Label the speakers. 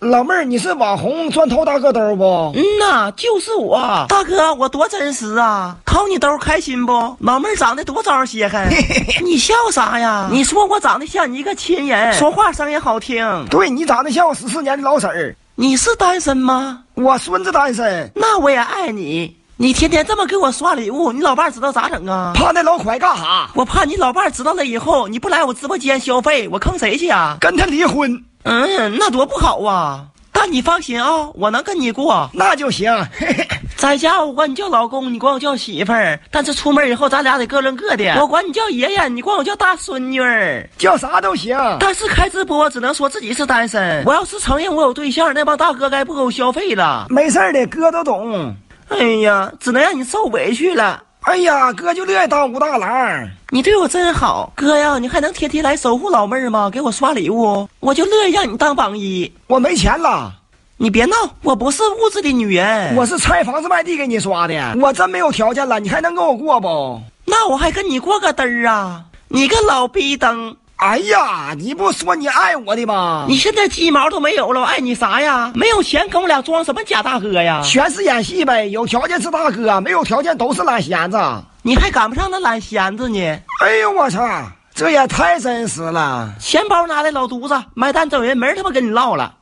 Speaker 1: 老妹儿，你是网红钻头大哥兜不？
Speaker 2: 嗯呐，就是我，大哥，我多真实啊！掏你兜开心不？老妹儿长得多招人稀 罕，你笑啥呀？你说我长得像你一个亲人，说话声音好听。
Speaker 1: 对你长得像我十四年的老婶儿，
Speaker 2: 你是单身吗？
Speaker 1: 我孙子单身，
Speaker 2: 那我也爱你。你天天这么给我刷礼物，你老伴儿知道咋整啊？
Speaker 1: 趴那老快干啥？
Speaker 2: 我怕你老伴儿知道了以后，你不来我直播间消费，我坑谁去啊？
Speaker 1: 跟他离婚
Speaker 2: 嗯，那多不好啊！但你放心啊、我能跟你过。
Speaker 1: 那就行。嘿嘿
Speaker 2: 在家我管你叫老公，你管我叫媳妇儿；但是出门以后，咱俩得各论各的。我管你叫爷爷，你管我叫大孙女儿。
Speaker 1: 叫啥都行。
Speaker 2: 但是开直播只能说自己是单身。我要是承认我有对象，那帮大哥该不给我消费了。
Speaker 1: 没事儿的，哥都懂。
Speaker 2: 哎呀，只能让你受委屈了。
Speaker 1: 哎呀，哥就乐意当武大郎。
Speaker 2: 你对我真好，哥呀，你还能天天来守护老妹儿吗？给我刷礼物，我就乐意让你当榜一。
Speaker 1: 我没钱了，
Speaker 2: 你别闹，我不是物质的女人。
Speaker 1: 我是拆房子卖地给你刷的，我真没有条件了，你还能跟我过不？
Speaker 2: 那我还跟你过个嘚儿啊？你个老逼灯！
Speaker 1: 哎呀，你不说你爱我的吗？
Speaker 2: 你现在鸡毛都没有了，我爱你啥呀？没有钱跟我俩装什么假大哥呀？
Speaker 1: 全是演戏呗，有条件是大哥，没有条件都是懒闲子。
Speaker 2: 你还赶不上那懒闲子呢！
Speaker 1: 哎呦我操，这也太真实了。
Speaker 2: 钱包拿来，老犊子，买单走人，没人他妈跟你唠了。